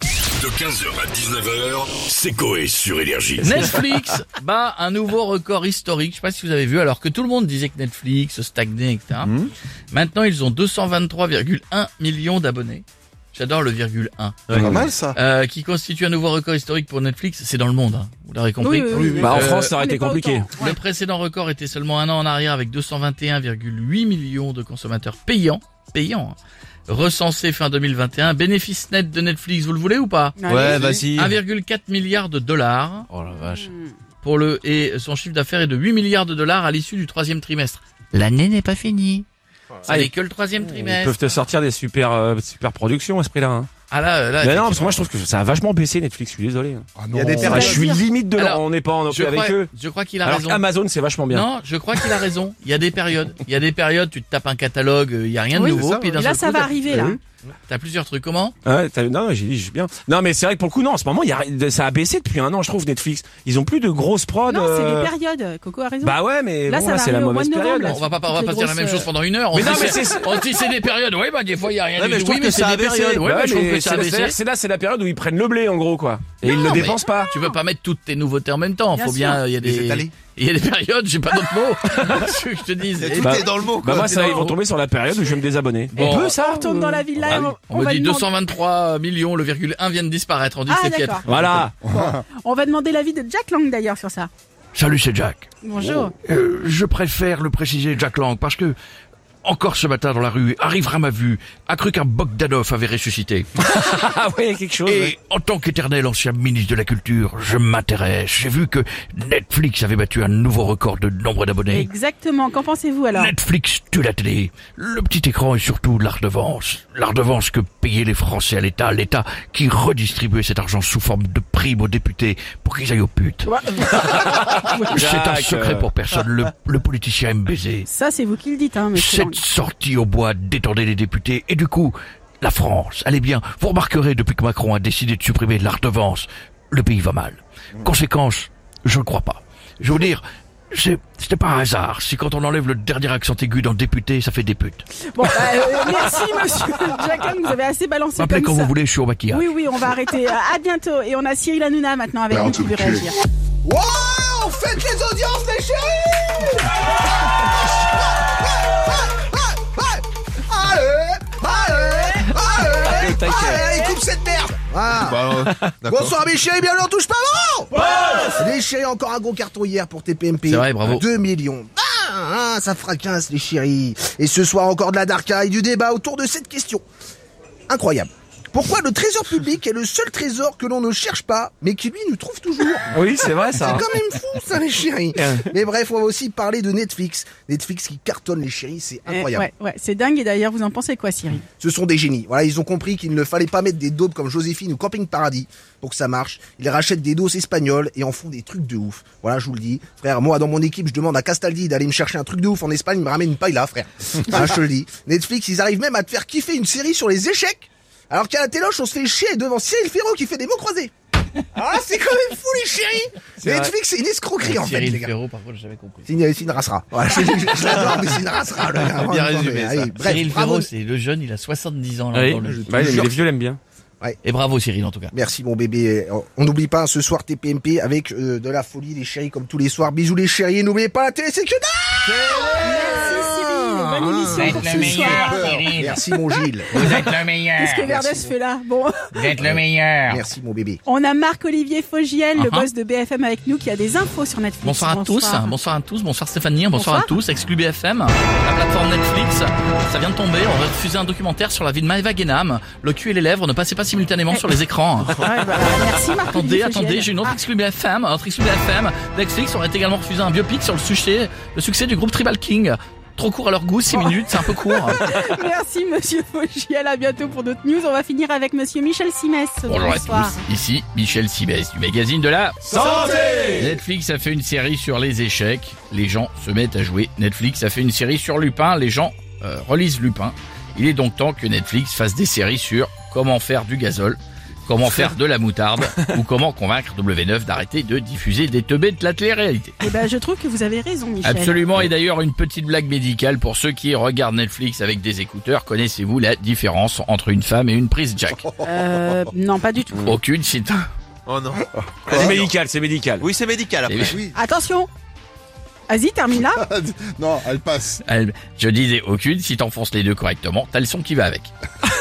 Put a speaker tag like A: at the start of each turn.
A: De 15h à 19h, c'est Coé sur Énergie.
B: Netflix bat un nouveau record historique. Je sais pas si vous avez vu, alors que tout le monde disait que Netflix stagnait, etc. Maintenant, ils ont 223,1 millions d'abonnés. J'adore le virgule 1.
C: Pas mal ça.
B: Euh, qui constitue un nouveau record historique pour Netflix. C'est dans le monde, hein. vous l'aurez compris.
D: Bah, en
B: Euh,
D: France, ça aurait
E: on
D: été
E: n'est pas
D: compliqué.
E: autant.
B: Le précédent record était seulement un an en arrière avec 221,8 millions de consommateurs payants, payants, hein, recensés fin 2021. Bénéfice net de Netflix, vous le voulez ou pas
E: Allez.
D: vas-y.
B: 1,4 milliard de dollars Hmm.
D: Oh la vache.
B: pour le et son chiffre d'affaires est de 8 milliards de dollars à l'issue du troisième trimestre. L'année n'est pas finie. Oh. Ça
D: Ah,
B: n'est
D: ils-
B: que le troisième
D: Ils
B: trimestre.
D: peuvent te sortir des super, euh, super productions à ce prix-là. hein.
B: Ah là, euh, là,
D: Mais non, parce que moi je trouve que ça a vachement baissé Netflix, je suis désolé.
C: Il y a des
D: Ah,
C: personnes.
D: je suis limite de
B: Alors,
D: leur- on n'est pas en
B: je
D: opé
B: crois,
D: avec eux.
B: je crois qu'il a
D: Alors
B: raison.
D: Amazon c'est vachement bien.
B: Non, je crois qu'il a raison. Il y a des périodes. Il y a des périodes, tu te tapes un catalogue, euh, il y a rien de
E: Oui,
B: nouveau,
C: c'est ça,
B: puis d'un
E: Là,
B: seul
E: ça
B: coup,
E: va
B: t'as-
E: arriver, là.
D: Mmh.
B: t'as plusieurs trucs. Comment
D: Ouais, t'as- non, j'ai dit, j'ai bien. Non, mais c'est vrai que pour le coup, non, en ce moment, il y a, ça a baissé depuis un an, je trouve, Netflix. Ils ont plus de grosses prods.
E: Non, c'est
D: euh,
E: des périodes. Coco a raison.
D: Bah ouais, mais
E: Là,
D: bon,
E: ça
D: là,
E: va
D: c'est la
E: arriver au mois
D: mauvaise
E: de
D: période.
E: novembre,
D: là.
E: là.
B: On va pas, on va
E: Bah, Toutes
B: pas
E: les
B: dire la même
E: grosses, euh,
B: chose pendant une heure. On
D: Mais non,
B: dit
D: mais
B: c'est-
D: c'est-
B: on dit c'est des périodes. Oui, bah des fois il y a rien
D: Ouais,
B: du
D: mais
B: tout.
D: je trouve
B: Oui,
D: que
B: mais c'est
D: ça a
B: des
D: baissé.
B: périodes. Ouais,
D: Ouais,
B: bah, je trouve
D: mais
B: que ça a
D: c'est-
B: baissé.
D: c'est- C'est là, c'est la période où ils prennent le blé, en gros, quoi. Et ils
B: Non,
D: le
B: mais-
D: dépensent pas.
B: Tu peux pas mettre toutes tes nouveautés en même temps.
E: Bien
B: Faut bien, euh, il y a
C: Les
B: des,
C: étaler.
B: il y a des périodes. J'ai pas d'autres mots. Ce que je te dis.
C: Tout
D: Bah-
C: est dans le mot.
D: Bah
C: Quoi.
D: moi,
C: C'est
D: ça,
C: dans
D: ils
C: le
D: vont
C: mot.
D: tomber sur la période où je vais me désabonner.
B: Bon.
E: On peut, ça retourne dans la villa.
B: Ah
E: et
B: oui.
E: on,
B: On me
E: va
B: dit
E: demander-
B: 223 millions, le virgule 1 vient de disparaître. On dit que
E: Ah,
B: c'est piètre.
E: d'accord.
D: Voilà.
E: On va demander l'avis de Jack Lang, d'ailleurs, sur ça.
F: Salut, c'est Jack.
E: Bonjour.
F: Euh, je préfère le préciser, Jack Lang, parce que encore ce matin dans la rue, arrivera ma vue, a cru qu'un Bogdanov avait ressuscité.
D: Ah ouais, il y a quelque chose. ouais.
F: Et en tant qu'éternel ancien ministre de la Culture, je m'intéresse. J'ai vu que Netflix avait battu un nouveau record de nombre d'abonnés.
E: Exactement. Qu'en pensez-vous, alors
F: Netflix tue la télé, le petit écran et surtout la redevance. La redevance que payaient les Français à l'État, l'État qui redistribuait cet argent sous forme de primes aux députés pour qu'ils aillent aux putes. C'est un
D: Jacques, euh,
F: secret pour personne, le, le politicien aime baiser.
E: Ça, c'est vous qui le dites, hein, monsieur Lang.
F: Cette sortie au bois détendait les députés et du coup, la France allez bien. Vous remarquerez depuis que Macron a décidé de supprimer la redevance, le pays va mal. Conséquence, je ne crois pas. Je veux dire, c'est- c'était pas un hasard si quand on enlève le dernier accent aigu dans député, ça fait des putes.
E: Bon, bah, euh, merci, monsieur Jack Lang. Vous avez assez balancé
F: M'appelez
E: comme
F: quand
E: ça.
F: vous voulez, je suis au maquillage.
E: Oui, oui, on va arrêter. À bientôt. Et on a Cyril Hanouna maintenant avec nous qui veut réagir.
C: Waouh Faites les audiences, les chéris Allez Allez Allez
D: taquet.
C: Allez, allez, coupe cette merde
B: Bah,
C: Voilà.
B: euh,
C: Bonsoir mes chéris, bienvenue, on touche pas bon Les chéris, encore un gros carton hier pour TPMP.
B: C'est vrai, bravo.
C: 2 millions. Ah, ah, ça fracasse les chéris. Et ce soir encore de la darka et du débat autour de cette question. Incroyable. Pourquoi le trésor public est le seul trésor que l'on ne cherche pas, mais qui lui nous trouve toujours
D: Oui, c'est vrai, ça.
C: c'est quand même fou ça les chéris.
D: Hein.
C: Mais bref, on va aussi parler de Netflix. Netflix qui cartonne les chéris, c'est
E: Eh,
C: incroyable.
E: ouais, ouais, c'est dingue. Et d'ailleurs, vous en pensez quoi, Cyril
C: Ce sont des génies. Voilà, ils ont compris qu'il ne fallait pas mettre des daubes comme Joséphine ou Camping Paradis pour que ça marche. Ils rachètent des doses espagnoles et en font des trucs de ouf. Voilà, je vous le dis. Frère, moi dans mon équipe, je demande à Castaldi d'aller me chercher un truc de ouf en Espagne, il me ramène une paille là, frère. Ah, je te le dis. Netflix, ils arrivent même à te faire kiffer une série sur les échecs. Alors qu'à la téloche, on se fait chier devant Cyril Ferro qui fait des mots croisés. Ah, c'est quand même fou les chéris.
D: C'est vrai.
C: Netflix, c'est une escroquerie en fait, les
B: Cyril
C: gars.
B: Ferro, par contre, j'ai jamais compris.
C: Signe, signe Rassera. Voilà, je, je- je l'adore, mais signe Rassera. le gars.
B: Bien
C: Vraiment,
B: résumé,
C: Oh, mais,
B: ça.
C: allez, bref,
B: Cyril
C: bravo.
B: Ferro, c'est le jeune, il a 70 ans là,
D: Oui.
B: dans le jeu.
D: Ouais, mais les vieux l'aiment bien.
B: Et bravo Cyril en tout cas.
C: Merci mon bébé. On n'oublie pas ce soir TPMP avec euh, de la folie, les chéris comme tous les soirs. Bisous les chéris, et n'oubliez pas la télé, c'est que dalle
B: Ah,
E: Merci, Cyril. Bonne émission pour ce soir.
C: Merci mon Gilles.
E: Qu'est-ce que Verdes fait là Bon,
C: Merci mon bébé.
E: on a Marc-Olivier Fogiel, le
B: Uh-huh.
E: boss de BFM avec nous, qui a des infos sur Netflix.
B: Bonsoir à tous,
E: Bonsoir.
B: bonsoir à tous, bonsoir Stéphanie, bonsoir, à
E: Bonsoir.
B: tous, exclu BFM, la plateforme Netflix, ça vient de tomber, on va diffuser un documentaire sur la vie de Maëva Guénam, le cul et les lèvres ne passaient pas simultanément sur
E: Eh.
B: les écrans.
E: Ouais, bah, merci
B: Attendez,
E: Marc-Olivier
B: attendez,
E: Fogiel.
B: j'ai une autre exclu BFM, autre exclu BFM, Netflix aurait également refusé un biopic sur le sujet, le succès du groupe Tribal King. Trop court à leur goût, 6
E: Oh.
B: minutes, c'est un peu court.
E: Ah, merci Monsieur Fogiel, à bientôt pour d'autres news. On va finir avec Monsieur Michel Simès.
B: Bonjour à
E: Bonsoir.
B: tous, ici Michel Sibès du magazine de la Santé Netflix a fait une série sur les échecs, les gens se mettent à jouer. Netflix a fait une série sur Lupin, les gens euh, relisent Lupin. Il est donc temps que Netflix fasse des séries sur comment faire du gazole, Comment faire de la moutarde ou comment convaincre W9 d'arrêter de diffuser des teubés de la télé-réalité.
E: Eh ben, je trouve que vous avez raison, Michel.
B: Absolument, et d'ailleurs une petite blague médicale pour ceux qui regardent Netflix avec des écouteurs. Connaissez-vous la différence entre une femme et une prise jack
E: Euh, non, pas du tout.
B: Aucune, c'est un...
G: Oh non.
D: C'est médical, c'est médical.
G: Oui, c'est médical après.
C: Oui.
E: Attention Vas-y, termine là.
H: non, elle passe.
B: Elle- Je disais aucune, si t'enfonces les deux correctement, t'as le son qui va avec.